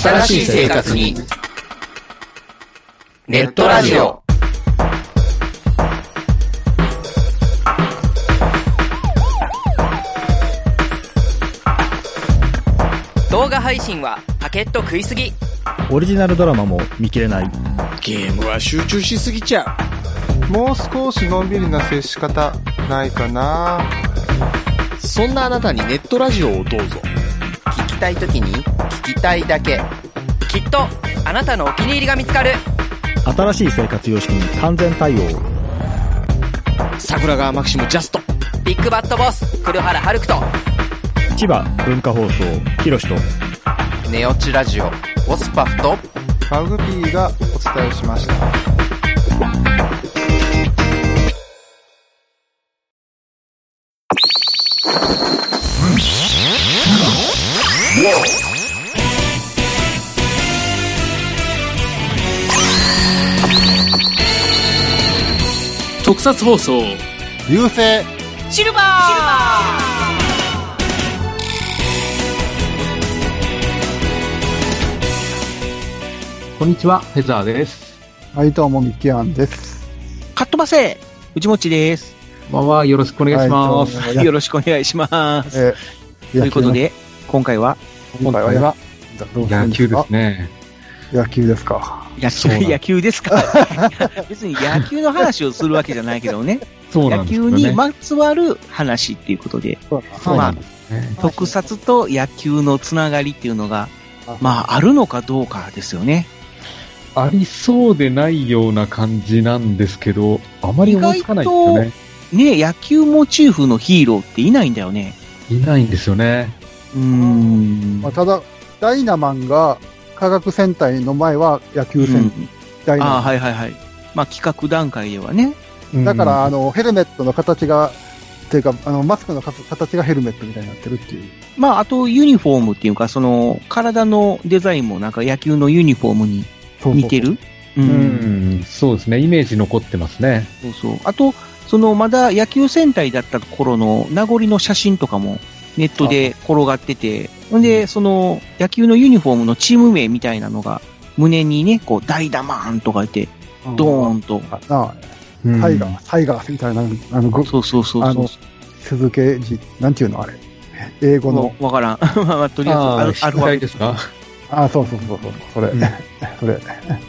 新しい生活に。ネットラジオ。動画配信はパケット食いすぎオリジナルドラマも見切れない。ゲームは集中しすぎちゃう。もう少しのんびりな接し方ないかなそんなあなたにネットラジオをどうぞ。聞きたいときに聞きたいだけ。きっとあなたのお気に入りが見つかる新しい生活様式に完全対応。桜川マキシムジャスト。ビッグバットボス黒原遥人千葉文化放送、ひろしと。ネオチラジオ。オスパフとマグピーがお伝えしました。特撮放送流星シルバーこんにちは、フェザーです。はい、どうも、ミキアンです。かっ飛ばせ内持ちです。こんばんは、よろしくお願いします。はいどうもよろしくお願いします。えーということ、で、今回は野球の今回は、野球ですね。野球ですか。野球、そうなん野球ですか 別に野球の話をするわけじゃないけどね、そうな野んです球よにね。まつわる話っていうことで、そうそうなんまですあ、特撮と野球のつながりっていうのが、あまあ、あるのかどうかですよね。ありそうでないような感じなんですけど、あまり思いつかないんですよね。ね野球モチーフのヒーローっていないんだよね。いないんですよね。うーん。まあ、ただ、ダイナマンが科学戦隊の前は野球戦隊ああ、なはいはいはい。まあ、企画段階ではね。んだから、うあん、の、ヘルメットの形が、っていうか、あの、マスクの形がヘルメットみたいになってるっていう。まあ、あとユニフォームっていうか、その、体のデザインもなんか野球のユニフォームにそうそう似てるう。うんん、そうですね。イメージ残ってますね。そうそう。あと、その、まだ野球戦隊だった頃の名残の写真とかもネットで転がってて、ほんで、その、野球のユニフォームのチーム名みたいなのが、胸にね、こう、ダイダマーンとか言って、うんドーンと。なあ、うんタイガー、タイガースみたいな、あの、ごそうそうそうあそのう。鈴木じ、なんていうのあれ。英語のも、うわからん。 まあまあ、とりああえあ、ずアル、失アル敗ファですかあ、そうそうそうそう、それ、うん それ、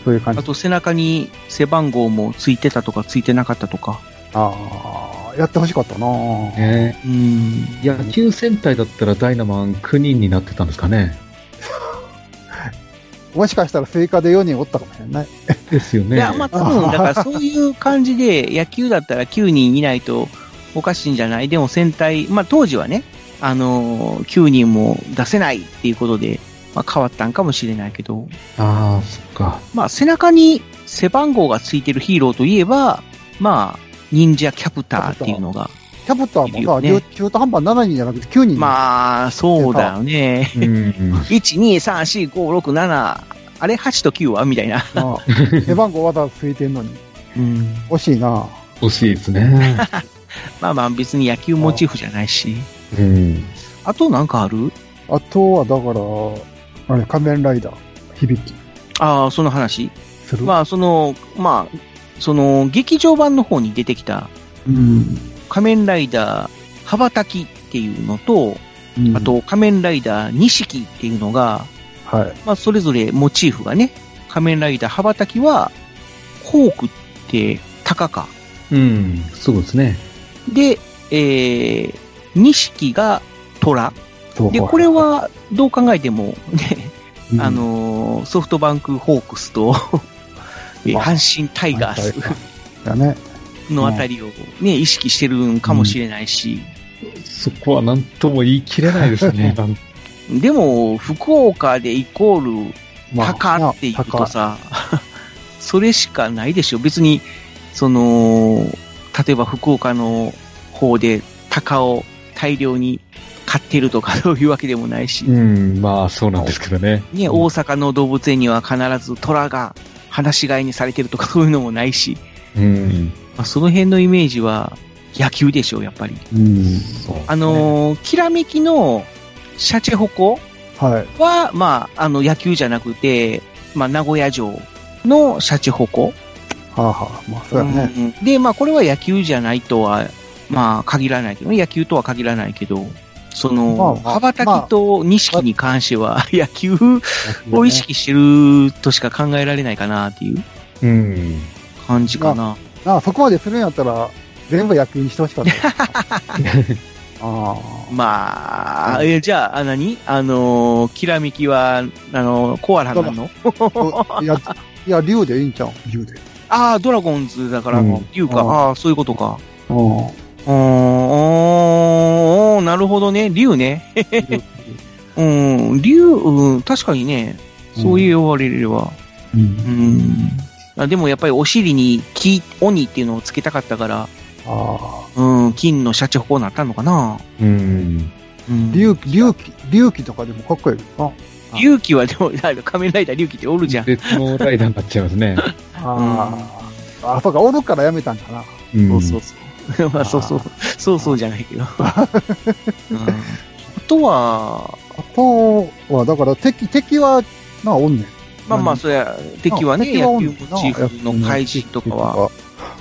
そういう感じあ。と背中に背番号もついてたとかついてなかったとか。ああ、やってほしかったなぁねうん。野球戦隊だったらダイナマン9人になってたんですかね。もしかしたら追加で4人おったかもしれない。ですよね。いや、まあ多 分、だからそういう感じで、野球だったら9人いないとおかしいんじゃないでも戦隊、まあ当時はね、あのー、9人も出せないっていうことで、まあ変わったんかもしれないけど、ああ、そっか。まあ背中に背番号がついてるヒーローといえば、まあ、忍者キャプターっていうのが、キャプターいるもよさ、ね中中途半端7人じゃなくて9人。まあ、そうだよね。うん。 1、2、3、4、5、6、7、あれ8と9はみたいな。あ、 背番号わざわざついてんのに。うん。惜しいなぁ惜しいですね。まあまあ別に野球モチーフじゃないし。うん。あとなんかあるあとは、だから、あれ、仮面ライダー、響き、ああ、その話する。まあ、その、まあ、その、劇場版の方に出てきた、うん。仮面ライダー、羽ばたきっていうのと、うんあ、と、仮面ライダー、錦っていうのが、はい。まあ、それぞれモチーフがね、仮面ライダー、羽ばたきは、コークって、鷹か。うん。そうですね。で、えー、錦が、虎。そうで、これ、は、どう考えても、ね、うんあ、のーソフトバンクホークス と、えー阪神タイガース。だね。のあたりをね、意識してるんかもしれないし、そこは何とも言い切れないですね。でも、福岡でイコール、タカって言うとなさ、 それしかないでしょ。別に、その、例えば福岡の方でタカを大量に飼ってるとかそういうわけでもないし、 うん。まあ、そうなんですけどね。ね、大阪の動物園には必ず虎が放し飼いにされてるとかそういうのもないし、うん。まあ、その辺のイメージは野球でしょ、やっぱり。うん。そうあのー、きらめきのシャチホコはい。は、まあ、あの、野球じゃなくて、まあ、名古屋城のシャチホコ。はあはあ。まあ、そうやね。うんで、まあ、これは野球じゃないとは、まあ、限らないけど、野球とは限らないけど、その、まあ羽ばたきと錦に関しては、野球を意識してるとしか考えられないかなっていううん。感じかな。ああそこまでするんやったら、全部野球にしてほし かった。あまあ、えじゃあ、あ何あのー、きらめきは、あのー、コアラなのあそう。いや、いや、竜でいいんちゃう竜で。ああ、ドラゴンズだから、うんもう竜か。うんああ、そういうことか。うん。うーん、おーなるほどね。竜ね。 うん、竜、うん、確かにね、そう言われれば。うんうん。あでもやっぱりお尻に木、鬼っていうのをつけたかったから、ああ。うん、金のシャチホコになったのかな。うん。うん、竜、竜気、竜気とかでもかっこいいよ龍騎はでも、あの仮面ライダー龍騎っておるじゃん。別のライダーになっちゃいます ね。な。ああ。あ、そうか、おるからやめたんかな。うんそうそうそう。 まあ、そうそう。そうそうじゃない けど。うんあとは、あとは、だから敵、敵は、なあ、おんねん。まあまあ、そりゃ、敵はね、敵は野おん球ねモんなチーフの怪人とかは、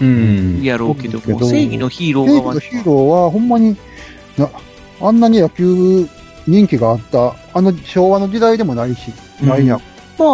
うん。やろうけどけども、正義のヒーロ正ー義側のヒーローは、ほんまにな、あんなに野球人気があった、あの昭和の時代でもないし、うんないやん。ま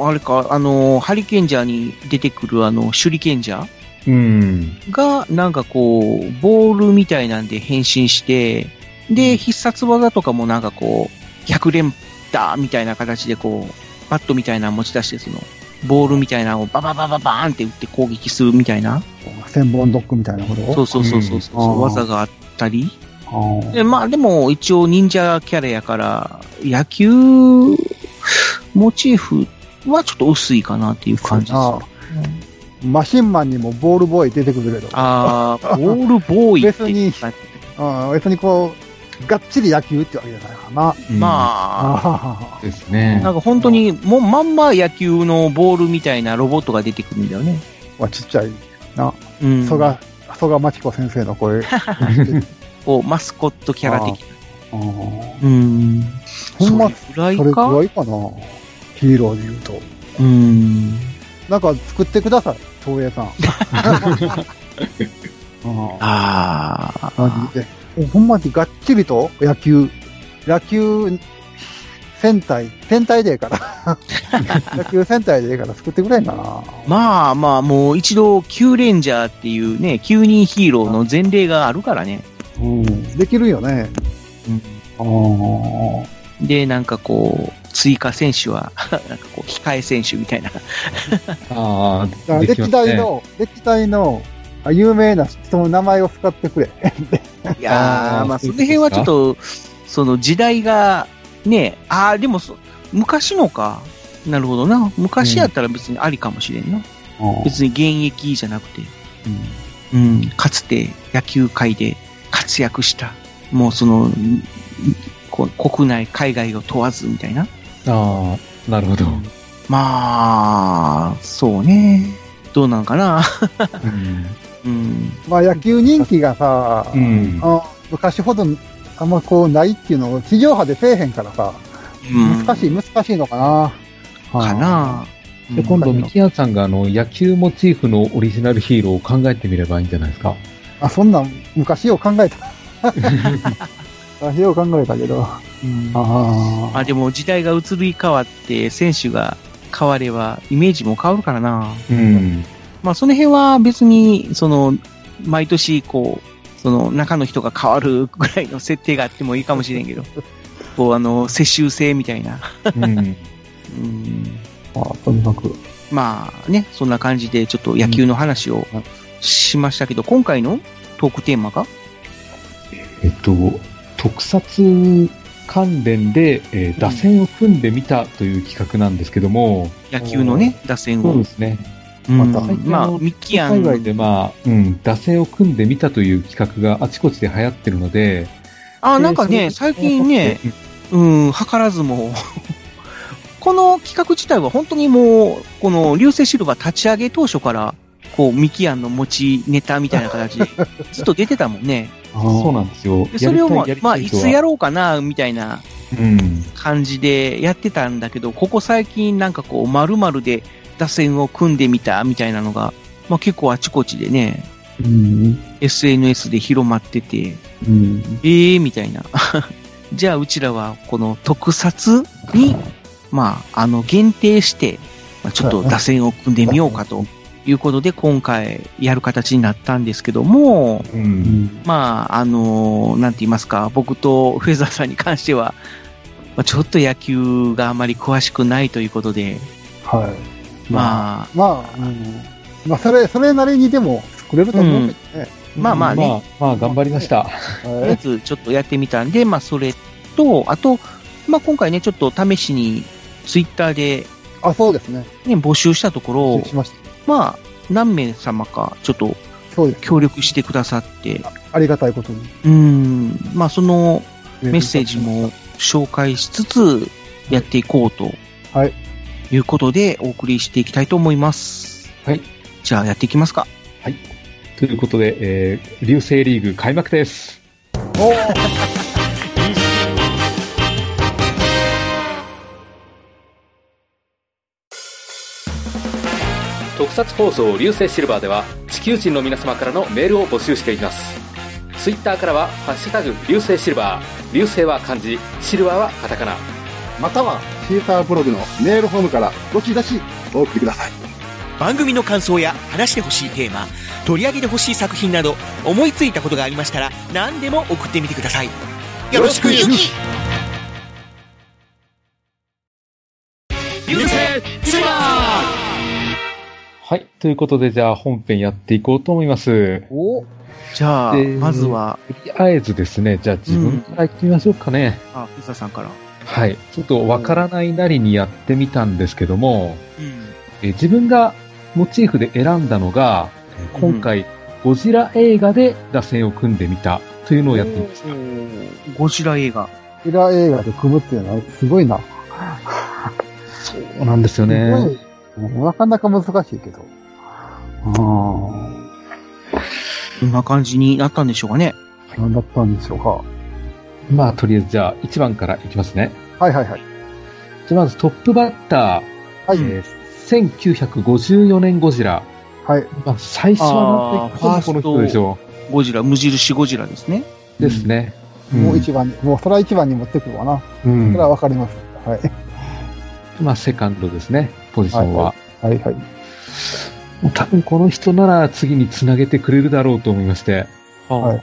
あ、あれか、あの、ハリケンジャーに出てくるあの、手裏剣ジャーうん。が、なんかこう、ボールみたいなんで変身して、で、必殺技とかもなんかこう、100連打みたいな形でこう、バットみたいなの持ち出して、その、ボールみたいなのをバババババーンって打って攻撃するみたいな、千本ドッグみたいなことそうそうそうそうそう、うんあー技があったり。あで、まあでも一応忍者キャラやから、野球モチーフはちょっと薄いかなっていう感じですねあ。マシンマンにもボールボーイ出てくるけど、あ ー、ボールボーイって別にうん、別にこう、がっちり野球ってわけじゃないかな。まあ、あですねな。んか本当に、もうまんま野球のボールみたいなロボットが出てくるんだよね。あ、ちっちゃい、うん。曽我、曽我真知子先生の 声。こう、マスコットキャラ的うんな。うん。ほんま、それぐらいそれぐからいかな。ヒーローで言うと。うん。なんか作ってください、東映さん。 うんあマあ。ジで。ほんまにがっちりと野球、野球、戦隊、戦隊でええ から。野球戦隊でええから作ってくれんかな。まあまあ、もう一度、キューレンジャーっていうね、9人ヒーローの前例があるからね。うん。できるよね。あーで、なんかこう、追加選手は、 なんかこう、控え選手みたいな。あだあ、からできま歴すね代。の、歴代の、あ有名な人の名前を使ってくれ。 いやあー、ーまあ、そそのうです辺かはちょっと、その時代が、ね、あー、でもそ、昔のか。なるほどな。昔やったら別にありかもしれんな。別に現役じゃなくて、うん、かつて野球界で活躍した、もうその、んこ国内、海外を問わずみたいな。ああ、なるほど。まあ、そうね。どうなんかな。うん。まあ野球人気がさ、うん。あ昔ほどあんまこうないっていうのを地上波でせえへんからさ、うん難しい、難しいのかな。かな。で、今度、ミキヤさんが、あの、野球モチーフのオリジナルヒーローを考えてみればいいんじゃないですか。あ、そんなん昔を考えた。 昔を考えたけど。あうんあ。あ、でも時代が移り変わって、選手が変われば、イメージも変わるからな。うん。まあ、その辺は別に、その、毎年、こう、その、中の人が変わるぐらいの設定があってもいいかもしれんけど、こう、あの、世襲制みたいな。うん。うん。まあ、とにかく。まあ、ね、そんな感じで、ちょっと野球の話をしましたけど、今回のトークテーマが えっと、特撮関連で、えー打線を組んでみたという企画なんですけども、野球のね、打線そうをで。すね。うんまたまあ、ミッキーア海外ン。でまあ、うん、打線を組んでみたという企画があちこちで流行ってるので、あ、なんかね、最近ね、うん、図らずも、 この企画自体は本当にもう、この流星シルバー立ち上げ当初から、こう、ミキアンの持ちネタみたいな形で、ずっと出てたもんね。そうなんですよで。それを、まあ、まあ、いつやろろうかな、みたいなうん。感じでやってたんだけど、ここ最近なんかこう、丸々で打線を組んでみたみたいなのが、まあ結構あちこちでね、うん。 SNS で広まってて、うん。ええー、みたいな。 じゃあ、うちらは、この特撮に、まあ、あの、限定して、まあ、ちょっと打線を組んでみようかということで、今回やる形になったんですけども、うん。まあ、あの、なんて言いますか、僕とフェザーさんに関しては、まあ、ちょっと野球があまり詳しくないということで、はい。あ。まあ、まあ、あの、まあ、それ、それなりにでも作れると思うけどね。まあまあね、まあ、まあ、頑張りました。とりあえはいずちょっとやってみたんで、まあ、それと、あと、まあ、今回ね、ちょっと試しに、ツイッターで、あ、そうですね。ね、募集したところし、しました。まあ、何名様か、ちょっとそうです。協力してくださって、ありがたいことに。うん、まあ、そのメッセージもも紹介しつつ、やっていこうと、はい。いうことで、お送りしていきたいと思います。はい。じゃあ、やっていきますか。ということで、えー、流星リーグ開幕です。特撮放送流星シルバーでは地球人の皆様からのメールを募集していますツイッターからは「ハッシュタグ流星シルバー」流星は漢字シルバーはカタカナまたはシーサーブログのメールフォームからどちらしお送りください番組の感想や話してほしいテーマ取り上げてほしい作品など思いついたことがありましたら何でも送ってみてくださいよろしくゆき流星シルバーはい。ということで、じゃあ本編やっていこうと思います。おじゃあ、えーまずは、とりあえずですね、じゃあ自分から行ってみましょうかね。あ、ピザさんから。はい。ちょっとわからないなりにやってみたんですけども、うん。えー自分がモチーフで選んだのが、えー今回、ゴジラ映画で打線を組んでみたというのをやってみました。ゴジラ映画。キラー映画で組むっていうのはすごいな。そうなんですよね。すごい。なかなか難しいけど。あどんな感じになったんでしょうかね。あ、なんだったんでしょうか。まあ、とりあえずじゃあ1番からいきますね。はいはいはい。じゃあまずトップバッター、はい。えー1954年ゴジラ。はい。まあ、最初はなんて言ってもこの人でしょゴジラ、無印ゴジラですね。う。ですね。もう一番に、もうそれは一番に持ってくるわな。うんそれはわかります。はい。まあ、セカンドですね、ポジションは。はいはい。もう多分この人なら次につなげてくれるだろうと思いまして。はい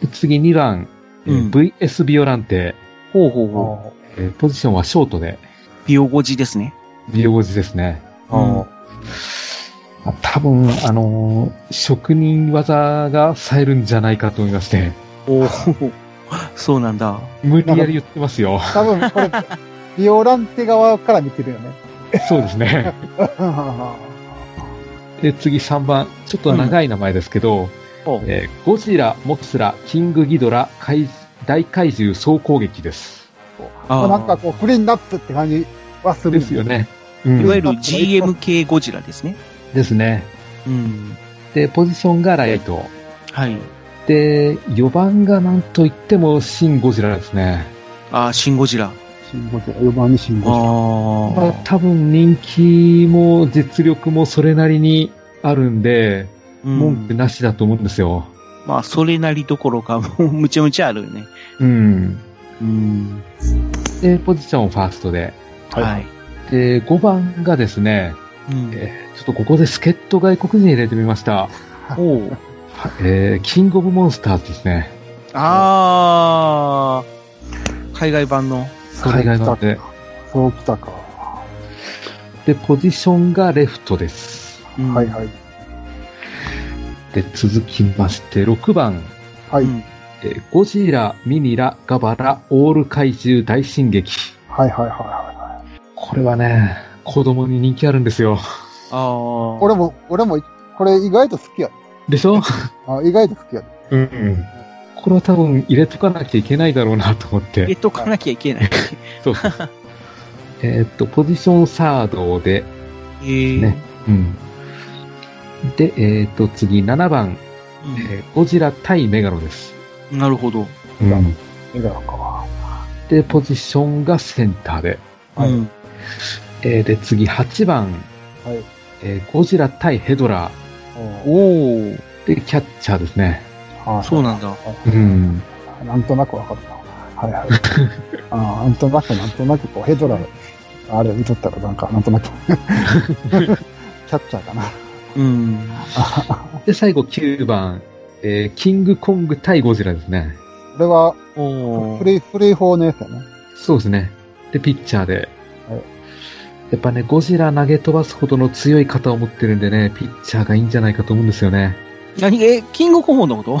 で次2番、えーうん VS ビオランテ、ほうほうほう。あえーポジションはショートで、ビオゴジですね。ビオゴジですね。うんまあ多分、あのー職人技が冴えるんじゃないかと思いまして、おー そうなんだ。無理やり言ってますよ。あ多分これ、 ビオランテ側から見てるよね。そうです ね。で、次3番、ちょっと長い名前ですけど、おえーゴジラ、モスラ、キングギドラ、怪大怪獣総攻撃です。あーなんかこう、クリーンナップって感じはするですよ。ね。ういんわゆる GMK ゴジラですね。ですね。うん。で、ポジションがライト。はい。で、4番がなんといってもシン・ゴジラですね。ああ、シンゴジラ。シンゴジラ、4番にシンあゴまああ。多分人気も実力もそれなりにあるんで、う文句ん。なしだと思うんですよ。まあ、それなりどころか、も う、むちゃむちゃあるよね。うん。うん。で、ポジションファーストで。はい。で、5番がですね、うん。えーちょっとここで助っ人外国人入れてみました。おうえーキングオブモンスターズですね。ああ。海外版の。ジラ。海外なんで。そうきたか。で、ポジションがレフトです。うんはいはい。で、続きまして、6番、はい。うんえーゴジラ、ミニラ、ガバラ、オール怪獣大進撃。はいはいはいはい。これはね、子供に人気あるんですよ。ああ。俺も、俺も、これ意外と好きやで。でしょあ意外と好きやで。うん。これは多分入れとかなきゃいけないだろうなと思っ入れて。とかなきゃいけない。そうそうそうえーっと、ポジションサードで、ええ。ねうん。で、えーっと、次、7番、うんえーゴジラ対メガロです。なるほど。うん。いいだろうか。で、ポジションがセンターで。うんえーで、次、8番、はい。えーゴジラ対ヘドラ。おー。で、キャッチャーですね。あそうなんだ。うん。なんとなくわかるな。は いはい。あーなんとなく、なんとなく、こう、ヘドラ、あれ見とったら、なんか、なんと なく。キャッチャーかな。うん。で、最後、9番、えーキングコング対ゴジラですね。これは、お古い、古い方のやつやね。そうですね。で、ピッチャーで。はいやっぱね、ゴジラ投げ飛ばすほどの強い肩を持ってるんでね、ピッチャーがいいんじゃないかと思うんですよね。何え、キングコングのこと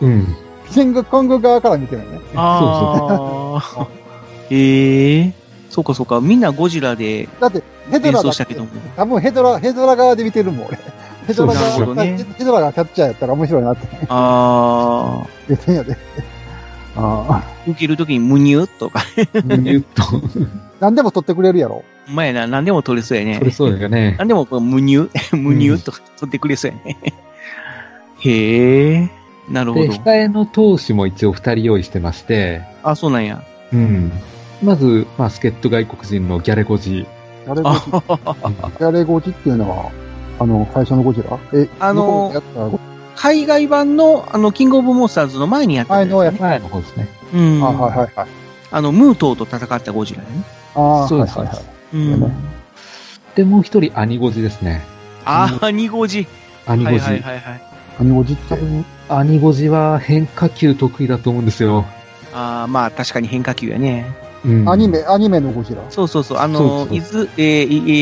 うん。キングコング側から見てるよね。ああ。 ええー。そうかそうか。みんなゴジラでだって、ヘド演ラ奏だしってたけど も。多分ヘドラ、ヘドラ側で見てるもん、俺。ヘドラ そうそう側、なるほどねヘドラがキャッチャーやったら面白いなってあ言ってん やで。ああ。受けるときにムニューとか。 言うと、あ。何でも取ってくれるやろ。ほんまやな、何でも取れそうやねそ。れそうです よね。何でもこうムニュー、ムニューとか取ってくれそうやね。 へえ。なるほで、ど。控えの投手も一応二人用意してまして、あ、そうなんや。うん。まず、まあ、助っ人外国人のギャレゴジ。やれゴジ、あやれゴジっていうのは、あの、最初のゴジラえ、あの向こうがやったゴジ海外版の、あの、キングオブモンスターズの前にやったラ前んだよのやつ。前の方ですね。うん。あ、はいはいはい。あの、ムートーと戦ったゴジラね。あーそうはいですはいはい。うん。で、もう一人、アニゴジですね。ああ、ニゴジ。アニはゴいジ。はいはいはい。何ゴジっ多て。分、アニゴジは変化球得意だと思うんですよ。ああ、まあ確かに変化球やね。うん。アニメ、アニメのゴジラ。そうそうそう。あそうの、そう伊豆、えー、いえ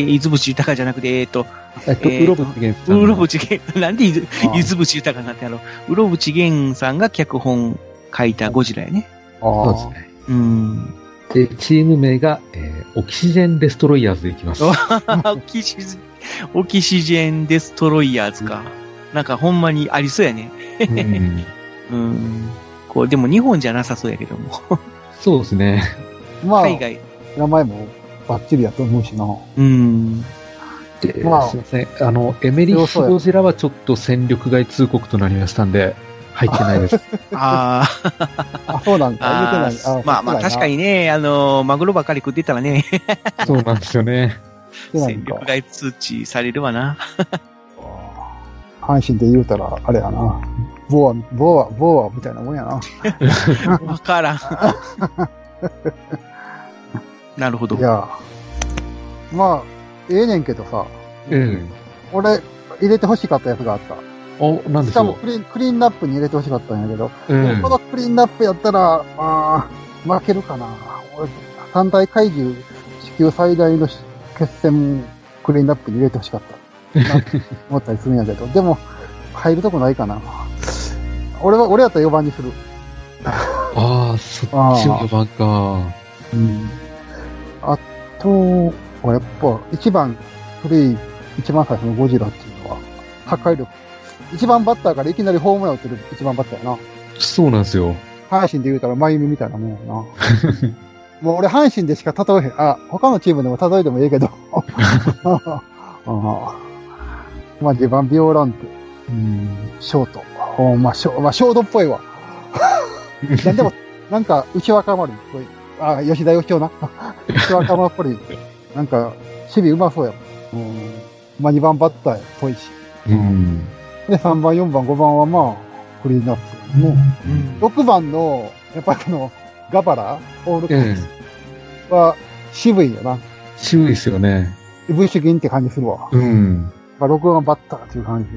ー伊豆淵豊じゃなくて、えっと、えっと、えーウロブチゲンさんの。ウロブチゲン、なん で伊豆あー伊豆淵豊になってやろう。ウロブチゲンさんが脚本書いたゴジラやね。そうあですあ。ね。うん。で、チーム名が、えーオキシジェンデストロイヤーズでいきます。 オキシジ、オキシジェンデストロイヤーズか。なんかほんまにありそうやね。うんうん。こう、でも日本じゃなさそうやけども。 そうですね。まあ、海外。名前もバッチリやと思うし な。うん。で、まあすいません。あの、エメリッヒゴジラはちょっと戦力外通告となりましたんで、入ってないです。あー あ、そうなんだ。あ言うてないー。。まあまあ確かにね、あの、マグロばっかり食ってたらね、 そうなんですよね。言うてない戦な。言う力てないん外か通知されるわな。阪神で言うたら、あれやな。ボア、ボア、ボアみたいなもんやな。わ からん。なるほどい。や、まあ、ええねんけどさ、うん。俺、入れて欲しかったやつがあった。お、なんでししかもょクリーン、クリーンナップに入れて欲しかったんやけど、う。うん。このクリーンナップやったら、まあ、負けるかな。俺、三大怪獣、地球最大の決戦、クリーンナップに入れて欲しか った。なんて思ったりするんやけど、でも、入るとこないかな。俺は、俺やったら4番にする。ああ、そっちの番か。うんあとはやっぱ一番古い一番最初のゴジラっていうのは破壊力。一番バッターからいきなりホームラン打ってる一番バッターやな。そうなんですよ。阪神で言うたら真由美みたいなもんやな。もう俺阪神でしか例えへん。あ、他のチームでも例えてもいいけど。 あまあ、自番ビオランテ、うん、ショート。ほんまあ、ショまあ、ショートっぽいわ。なんでも、なんか、内若丸っぽい。あ、吉田義雄な。内若丸っぽい。なんか、守備うまそうやもん。うん。まあ、2番バッターっぽいし。うん。で、3番、4番、5番はまあ、クリーンナップ。もうんう、6番の、やっぱりあの、ガバラオールカええーズは渋いよな。渋いですよね。 V 主銀って感じするわ。うん。まあ、6番バッターっていう感じ。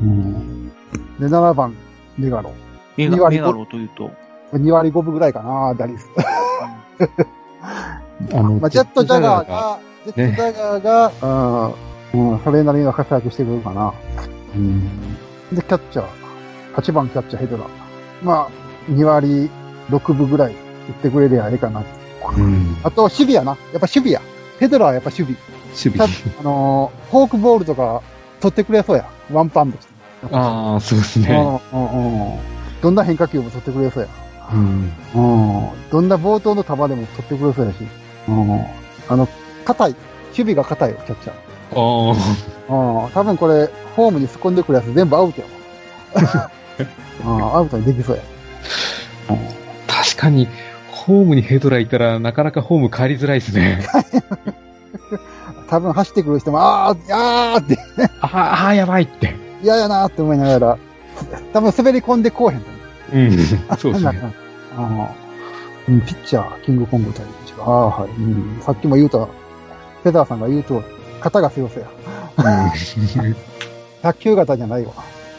うん。で、7番、メガロ。メ二ガメ割五ガロというと。 2割5分ぐらいかな、ダリス。あのまあ、ジェットジャガーがが、ジェットジャガーが、うん、うん、それなりの活躍してくるかな。うん。で、キャッチャー。8番キャッチャーヘドラ。まあ、2割6分ぐらい打ってくれりゃええかな。うん。あと、守備やな。やっぱ守備や。ヘドラはやっぱ守備。守た備。あのー、フォークボールとか取ってくれそうや。ワンパンとして。ああ、そうですね。うんうんうんどんな変化球も取ってくれそうや。うん。うん。どんな冒頭の球でも取ってくれそうやし。うん。あの、硬い。守備が硬いよ、キャッチャー。ああ、うん。多分これ、ホームに突っ込んでくるやつ全部アウトやわ。うん、アウトにできそうや。確かに、ホホームにヘドラいたら、なかなかホーム帰りづらいですね。多分走ってくる人も、あー、あーって、あー、やばいって。嫌やなーって思いながら、多分滑り込んでこうへんと思う。うん。そうですなんね。かあーうんピッチャー、キングコング対一番ああ、はい、うん。さっきも言うた、フェザーさんが言うと、肩が強 そうや。100球型じゃないわ。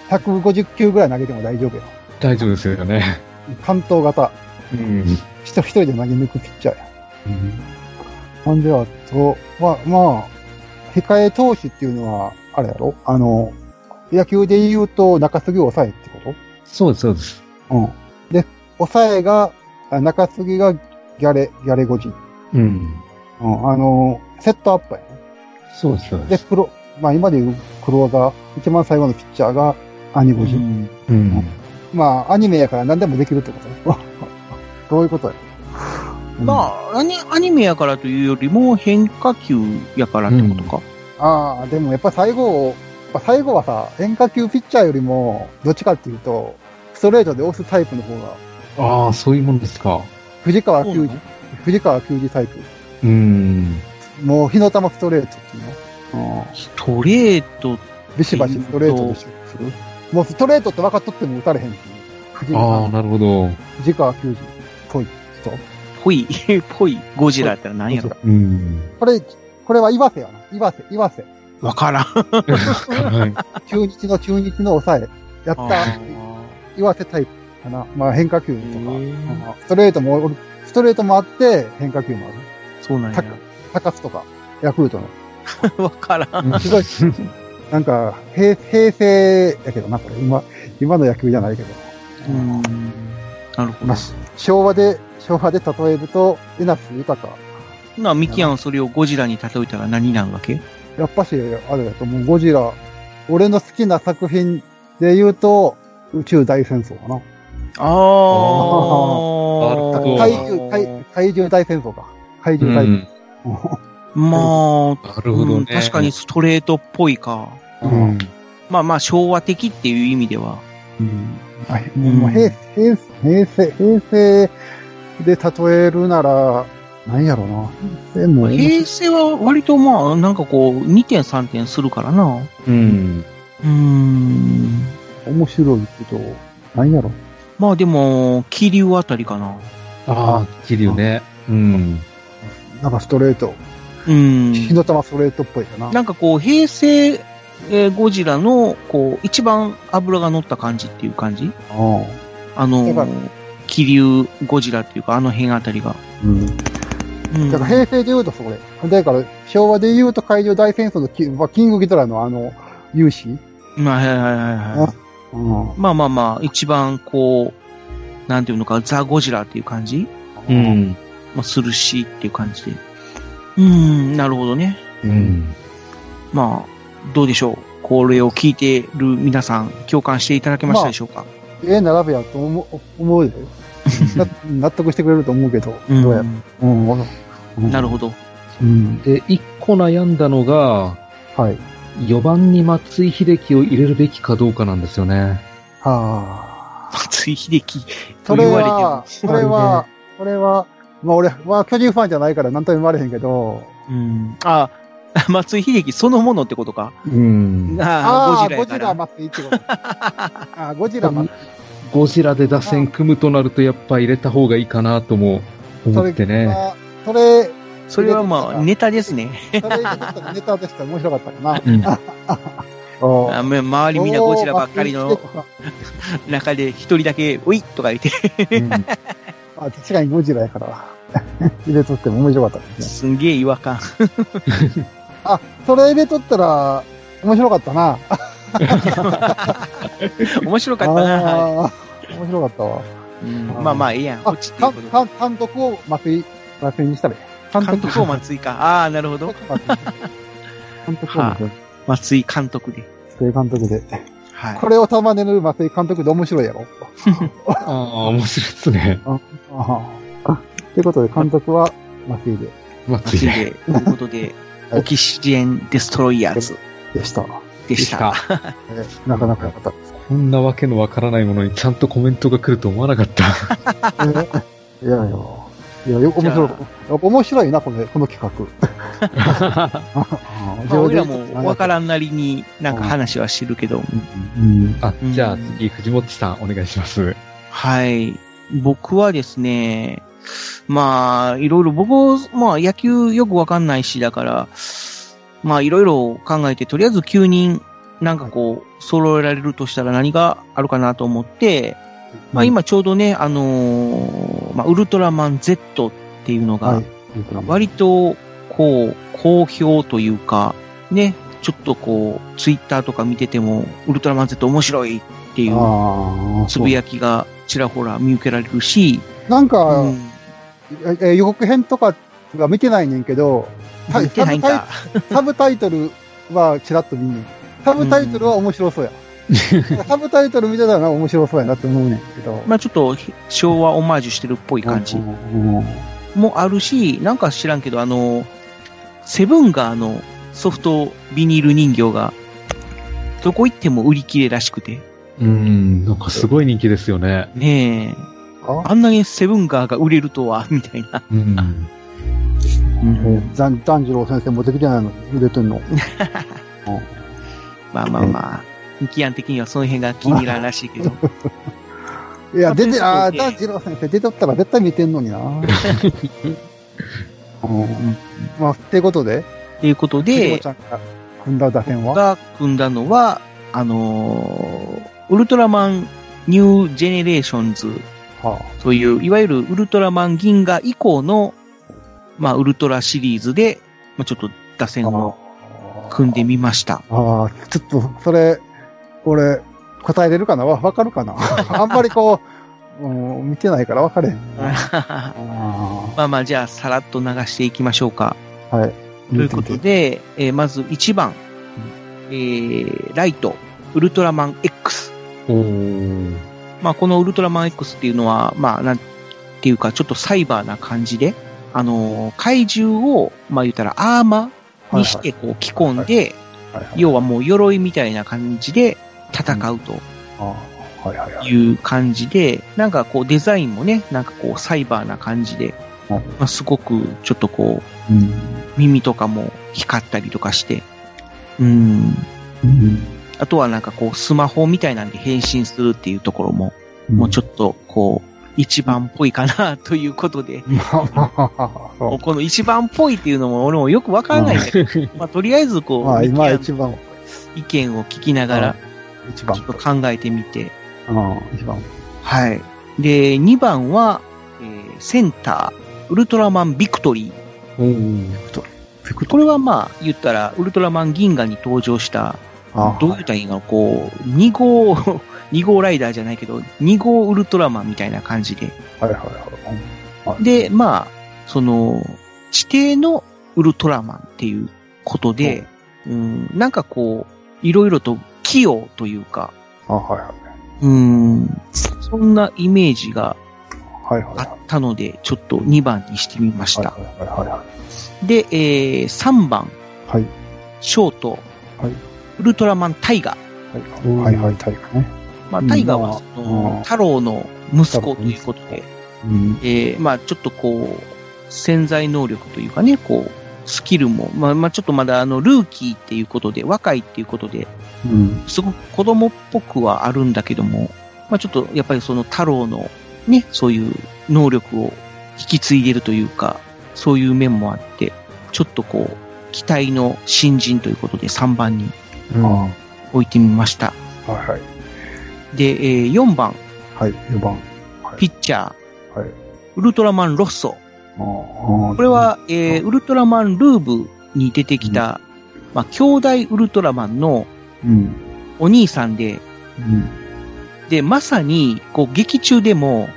150球ぐらい投げても大丈夫や。大丈夫ですよね。関東型。うん。一人一人で投げ抜くピッチャーや。ほんで、あと、まあ、まあ、控え投手っていうのは、あれやろあの、野球で言うと中継ぎを抑えってことそうです、そうです。うん。で、抑えが、あ中継ぎがギャレ、ギャレゴジン。うん。うん、あの、セットアップやね。そうです、そうで、です。プロ、まあ今で言うクローザー、一番最後のピッチャーがアニゴジン。うん。まあ、アニメやから何でもできるってことね。 どういうことやまあ、アニアニメやからというよりも変化球やからってことか。ああ、でもやっぱ最後、まあ最後はさ、変化球ピッチャーよりも、どっちかっていうと、ストレートで押すタイプの方が、ああ、そういうもんですか。藤川球児、藤川球児タイプ。うん。もう火の玉ストレートっていうの。ストレートビシバシストレートでしょ。するもうストレートって分かっとっても打たれへんっていう。藤ああ、川なるほど。藤川球児っぽい人。ぽ い、ぽい、ゴジラやったら何やろ。うん。これ、これは岩瀬やな。岩瀬、岩 瀬。わからん。中日の中日の抑え。やった、岩瀬タイプかな。まあ変化球とか。うんストレートもおる、ストレートもあって、変化球もある。そうなんや高。高須とか、ヤクルトわからん。の。すごい、なんか、平、平成やけどな、これ。今、今の野球じゃないけど。うん。なるほまあ、昭和で、昭和で例えると、江夏豊か。ど。な、ミキアンはそれをゴジラに例えたら何なんわけやっぱし、あれだと、もうゴジラ、俺の好きな作品で言うと、宇宙大戦争かな。あー。ー怪獣、怪怪獣大戦争か。怪う獣大戦ん。争。まあ、なるほどうんね。確かに。ストレートっぽいか。うん。まあまあ、昭和的っていう意味では。はいもう平平平成、平成で例えるなら、何やろうな。平成も平成は割とまあ、なんかこう、2点3点するからな。うん。うーん。面白いけど、何やろう。まあでも、気流あたりかな。ああ、切るよね。うん。なんかストレート。 うん。火の玉ストレートっぽいかな。なんかこう、平成、えーゴジラの、こう、一番脂が乗った感じっていう感じうんあのだかーら、気流ゴジラっていうか、あの辺あたりが。うんうんだから平成で言うとそれ。だから昭和で言うと海上大戦争のキ,、まあ、キングギドラのあの、勇士。まあ、はいはいはいはい。うん。まあまあまあ、一番こう、なんていうのか、ザ・ゴジラっていう感じうん。まあ、するしっていう感じで。うーん、なるほどね。うん。まあ、どうでしょう。これを聞いてる皆さん、共感していただけましたでしょうか、ええ並べやと思う、思 うで。な納得してくれると思うけど、うんどうやらうん。うんなるほど。 うん。で、一個悩んだのが、はい。 4番に松井秀喜を入れるべきかどうかなんですよね。はあ。松井秀喜とそれ言われてもは、。それは、それは、まあ俺は巨人ファンじゃないから何とも言われへんけど、うん。あ、 松井秀喜そのものってことか。うん。ああ、ゴジあーラやゴかジらラ。待っていいってこと。 ああ、ゴジラ待って。ゴジラで打線組むとなると、やっぱ入れた方がいいかなともそ思れってね。が、それ、それはまあ、ネタですね。それ入れてきたらネタとして面白かったかな。 うんおあまあ周りみんなゴジラばっかりの 中で一人だけ、おいとか言 って、うんあ、確かにゴジラやから。 入れとっても面白かったですね。すんげえ違和 感。あ、それ入れとったら、面白かったな。面白かったな。はいあー面白かったわ。うんまあまあ、ええやん。こあ、っちっていうかことでか監督を松井、松井にしたらいい。監監督を松井か。ああ、なるほど。監督を松井、松井監督で。松井監督で。はい。これを束ねる松井監督で面白いやろ。 ああ、面白いですね。ああ。ということで、監督は松井で松松井井秀で。ということで、 はいオキシジェンデストロイヤーズでした。で喜し。でしたた。えーなかなか良かったです。こんなわけのわからないものにちゃんとコメントが来ると思わなかった。えーいやいや。いや、よ面じゃあ白い。やっぱ面白いな、この、こ の企画。まあ、俺らもわからんなりになんか話はしてるけど。うんあ、じゃあ次、藤本さんお願いします。はい。僕はですね、まあ、いろいろ、僕、まあ、野球よくわかんないし、だから、まあ、いろいろ考えて、とりあえず9人、なんかこう、揃えられるとしたら何があるかなと思って、まあ、今ちょうどね、あのーまあ、ウルトラマン Z っていうのが、割と、こう、好評というか、ね、ちょっとこう、ツイッターとか見てても、ウルトラマン Z 面白いっていうああ、つぶやきがちらほら見受けられるし、なんか、ええ予告編とかは見てないねんけど、た見てないんかサブタイサブタイトルはちらっと見んねん。サブタイトルは面 白そうや。サブタイトル見てたら面白そうやなって思うねんけど。まあちょっと昭和オマージュしてるっぽい感じもあるし、なんか知らんけど、あの、セブンがあの、ソフトビニール人形が、どこ行っても売り切れらしくて、うん、なんかすごい人気ですよね。ねえ、あんなにセブンガーが売れるとは、 みたいな。うん。残残次郎先生もできてないの、売れてんの。まあまあまあ、ミキアン的にはその辺が気に入らんらしいけ ど。いや、出て、ああ、残次郎先生出とったら絶対見て んのにな。うんまあ、ってことで、ということ で、ちゃんが組んだ打線はが組んだのは、あのーウルトラマンニュージェネレーションズという、いわゆるウルトラマン銀河以降の、まあ、ウルトラシリーズで、まあ、ちょっと打線を組んでみました。ああ、ちょっと、それ、俺、答えれるかなわわかる かなあんまりこう、うん、見てないから分かれへん。まあまあ、じゃあ、さらっと流していきましょうか。はい。ということで、えーまず1番、えーライト、ウルトラマン X。まあ、このウルトラマン X っていうのは、まあ、なんていうか、ちょっとサイバーな感じで、あのー怪獣を、まあ言ったらアーマーにしてこう着込んで、要はもう鎧みたいな感じで戦うという感じで、なんかこうデザインもね、なんかこうサイバーな感じで、まあ、すごくちょっとこう、耳とかも光ったりとかして、うん。あとはなんかこうスマホみたいなんで変身するっていうところも、もうちょっとこう、一番っぽいかなということで、 もうこの一番っぽいっていうのも俺もよくわからないんだけど、まあとりあえずこう、まあ、ミキ今アン一番、意見を聞きながら、一番ちょっと考えてみて。うん、一番。はい。で、2番は、えーセンター、ウルトラマンビクトリー。これはまあ、言ったら、ウルトラマン銀河に登場した、どう言ったらいいのこう、2号、2号 ライダーじゃないけど、2号ウルトラマンみたいな感じで。はいはいはい。で、まあ、その、地底のウルトラマンっていうことで、うん、なんかこう、いろいろと器用というか、あ、はいはうん、そんなイメージがはいはいあったので、ちょっと2番にしてみました。い。はいはで、えー、3番、い。はい。ショート、はいウルトラマンタイガ。はいはい、大河ね。まあ、タイガはそうんの、太郎の息子ということで、えーまあ、ちょっとこう、潜在能力というかね、こう、スキルも、まあ、まあ、ちょっとまだあの、ルーキーっていうことで、若いっていうことで、うん。すごく子供っぽくはあるんだけども、まあ、ちょっとやっぱりその太郎のね、そういう能力を引き継いでるというか、そういう面もあって、ちょっとこう、期待の新人ということで3番には置いてみました。いはい。で、えー4番、はい、4番。ピッチャー、はい。ウルトラマンロッソ。これは、えーウルトラマンルーブに出てきた、まあ、兄弟ウルトラマンのうん。お兄さんで、うん。で、まさに、こう、劇中でも、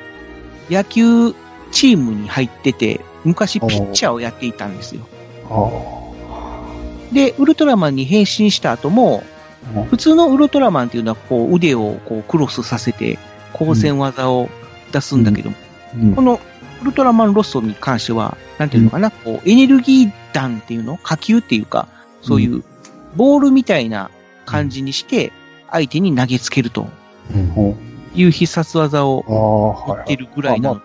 野球チームに入ってて、昔ピッチャーをやっていたんですよ。あで、ウルトラマンに変身した後も、普通のウルトラマンっていうのは、こう、腕をこうクロスさせて、光線技を出すんだけども、このウルトラマンロッソに関しては、なんていうのかな、こう、エネルギー弾っていうの火球っていうか、そういう、ボールみたいな感じにして、相手に投げつけるという必殺技をあ、はい。いるぐらいなので、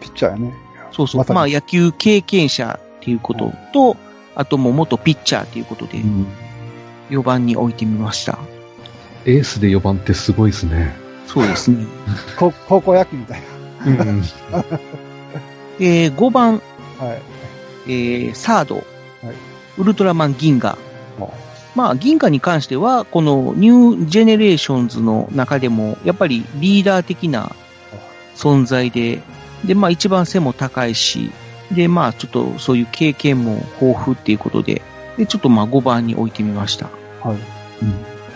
ピッチャーやね。そうそう。まあ、野球経験者っていうことと、あともう元ピッチャーっていうことで、4番に置いてみました。エースで4番ってすごいですね。そうですね。こ高校野球みたいな。うん。えー、5番、はえい。ー、サード、ウルトラマン銀河。まあ、銀河に関しては、このニュージェネレーションズの中でも、やっぱりリーダー的な存在で、で、まあ一番背も高いし、で、まあちょっとそういう経験も豊富っていうことで、で、ちょっとまあ5番に置いてみました。はい。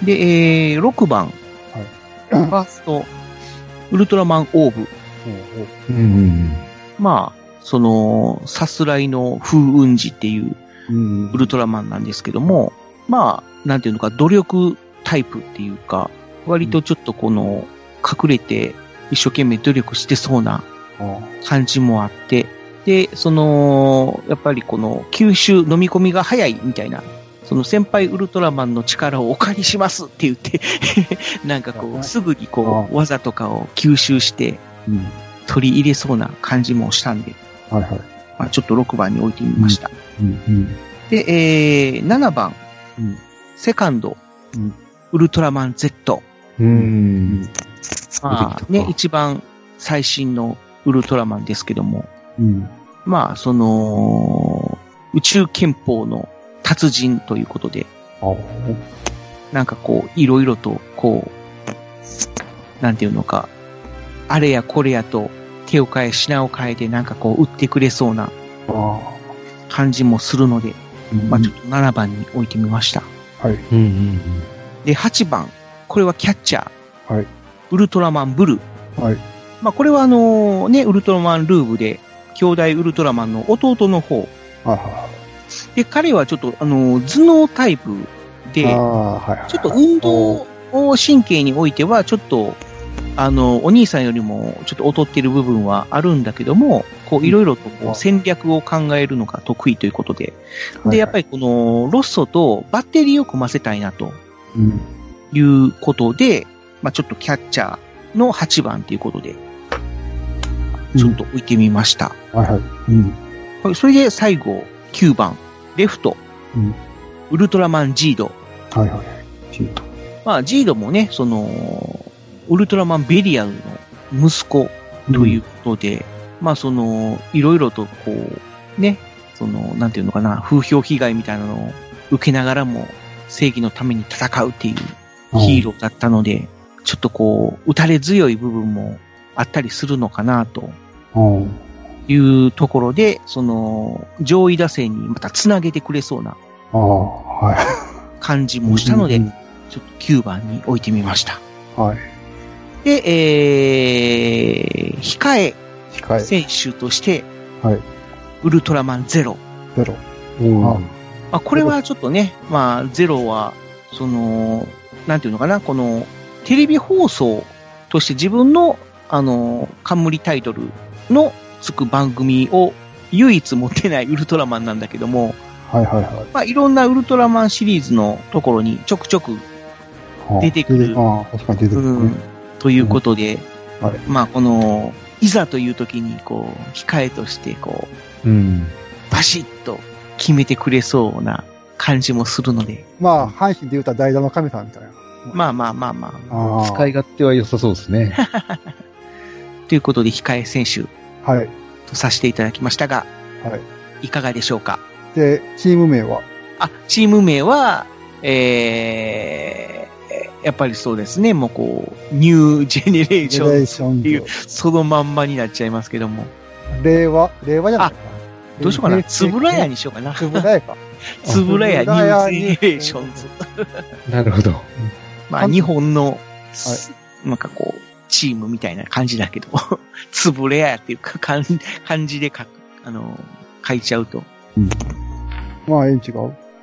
で、えー、6番、ファースト、ウルトラマンオーブ。うん。まあ、その、さすらいの風雲児っていう、ウルトラマンなんですけども、まあ、なんていうのか、努力タイプっていうか、割とちょっとこの、隠れて、一生懸命努力してそうな感じもあって、で、その、やっぱりこの、吸収、飲み込みが早いみたいな、その先輩ウルトラマンの力をお借りしますって言って、 なんかこう、すぐにこう、技とかを吸収して、取り入れそうな感じもしたんで、はいはい。まあ、ちょっと6番に置いてみました。うんで、えー、7番、うんセカンド、うんウルトラマン Z。うん。まあね、一番最新のウルトラマンですけども、うん。まあ、その、宇宙憲法の達人ということで、なんかこう、いろいろと、こう、なんていうのか、あれやこれやと手を変え、品を変えて、なんかこう、売ってくれそうな感じもするので、まあちょっと7番に置いてみました。はい。うんうんで、8番、これはキャッチャー、うん。はい。ウルトラマンブルー。はい。まあ、これはあのね、ウルトラマンルーブで、兄弟ウルトラマンの弟の方。で、彼はちょっと、あのー頭脳タイプで、ちょっと運動を神経においては、ちょっと、あの、お兄さんよりもちょっと劣ってる部分はあるんだけども、こう、いろいろとこう戦略を考えるのが得意ということで、で、やっぱりこの、ロッソとバッテリーを組ませたいなとうん。いうことで、まあ、ちょっとキャッチャーの8番ということで、ちょっと置いてみました。はいはい。うん。はいそれで最後、9番、レフト、うん。ウルトラマンジード。はいはい。まあ、ジードもね、その、ウルトラマンベリアルの息子ということで、まあ、その、いろいろとこう、ね、その、なんていうのかな、風評被害みたいなのを受けながらも、正義のために戦うっていうヒーローだったので、ちょっとこう、打たれ強い部分もあったりするのかなとうん。いうところで、その、上位打線にまた繋げてくれそうなああ、は感じもしたので、ちょっと9番に置いてみました。い。はい。で、えー、控控え選手として、はい。ウルトラマンゼロ。ゼロ。うん。まあ、これはちょっとね、まあ、ゼロは、その、なんていうのかな、この、テレビ放送として自分の、あの、冠タイトルのつく番組を唯一持ってないウルトラマンなんだけども、はいはいはい。まあ、いろんなウルトラマンシリーズのところにちょくちょく出てくるああ、確かに出てくるね。ということで、はい。まあ、この、いざという時に、こう、控えとして、こうん。う、バシッと決めてくれそうな感じもするので、まあ、阪神で言うたら代打の神様みたいな。まあまあまあまあ、あ使い勝手は良さそうですね。ということで、控え選手はい。とさせていただきましたが、はい。いかがでしょうかで、チーム名はあ、チーム名は、えー、やっぱりそうですね、もうこう、ニュージェネレーシジェネレーョンっていう、そのまんまになっちゃいますけども、令和令和じゃないかどうしようかな、つぶらやにしようかな。つぶらやか。つぶらやニュージェネレーションズ。 なるほど。まあ、日本の、すなんかこう、チームみたいな感じだけど、 つぶれやっていうか、漢漢字で書く、あの、書いちゃうと。まあ、ええん違う。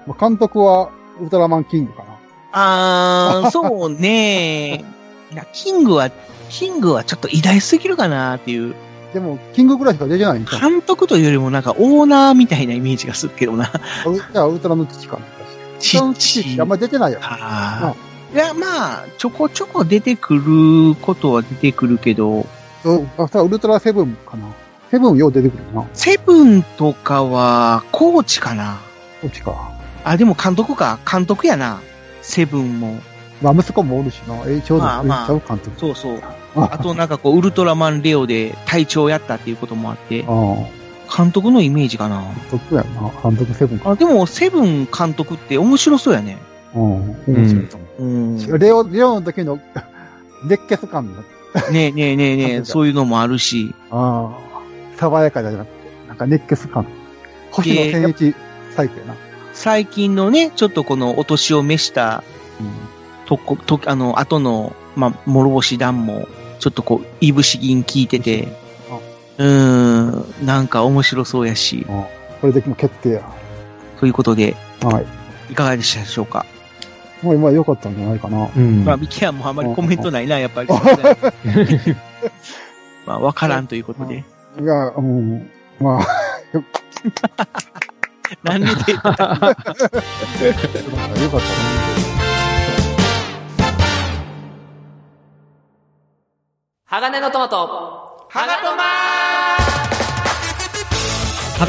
まあ監督は、ウルトラマンキングかな。あー、 そうねいやキングは、キングはちょっと偉大すぎるかなっていう。でも、キングぐらいしか出てないんじゃ監督というよりもなんかオーナーみたいなイメージがするけど な。うじゃあ、ウルトラの父かな。ちっちあんまり出てないよ。あーいや、まあ、ちょこちょこ出てくることは出てくるけど、そうあ、それはウルトラセブンかな。セブンよう出てくるな。セブンとかは、コーチかな。コーチか。あ、でも監督か。監督やな。セブンも。まあ、息子もおるしな。えー、ちょうど、まあまあちゃう監督。そうそう。あとなんかこう、ウルトラマンレオで隊長やったっていうこともあって、監督のイメージかな。監督やな。監督セブンか。あでも、セブン監督って面白そうやね。うん。面白いと思う。うん。レオ、レオの時の 熱血感の、ねえねえねえ ねえ、そういうのもあるし。ああ、爽やかじゃなくて、なんか熱血感。星野千一タイプやな。最近のね、ちょっとこのお年を召した、とこ、と、あの、後の、まあ、諸星団も、ちょっとこう、いぶし銀聞いてて、うーん、なんか面白そうやし。これでもう決定や。ということで、はい。いかがでしたでしょうか。もう今良かったんじゃないかな。うんまあ、ミキアもあんまりコメントないな、や っぱり。まあ、わからんということで。いや、うん、まあ、 なんで出たよかったね。鋼のトマト。ハガトマ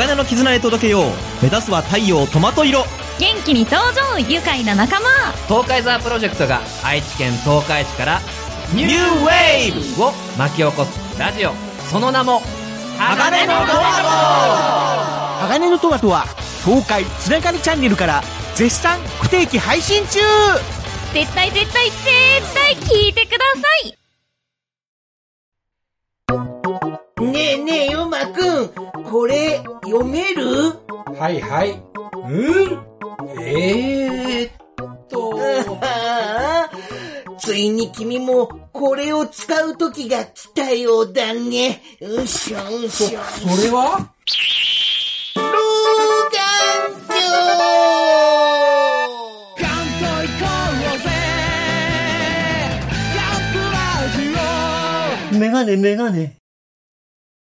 鋼の絆へ届けよう目指すは太陽トマト色元気に登場愉快な仲間東海ザープロジェクトが愛知県東海市からニューウェーブを巻き起こすラジオその名も鋼のトマ鋼のトマトは東海つながりチャンネルから絶賛不定期配信中絶対絶対絶対聞いてくださいねえねえ、ヨマくん、これ、読めるはいはい。うんええー、と。 ついに君も、これを使う時が来たようだね。うしょうしょ。それは老眼鏡メガネメガネ。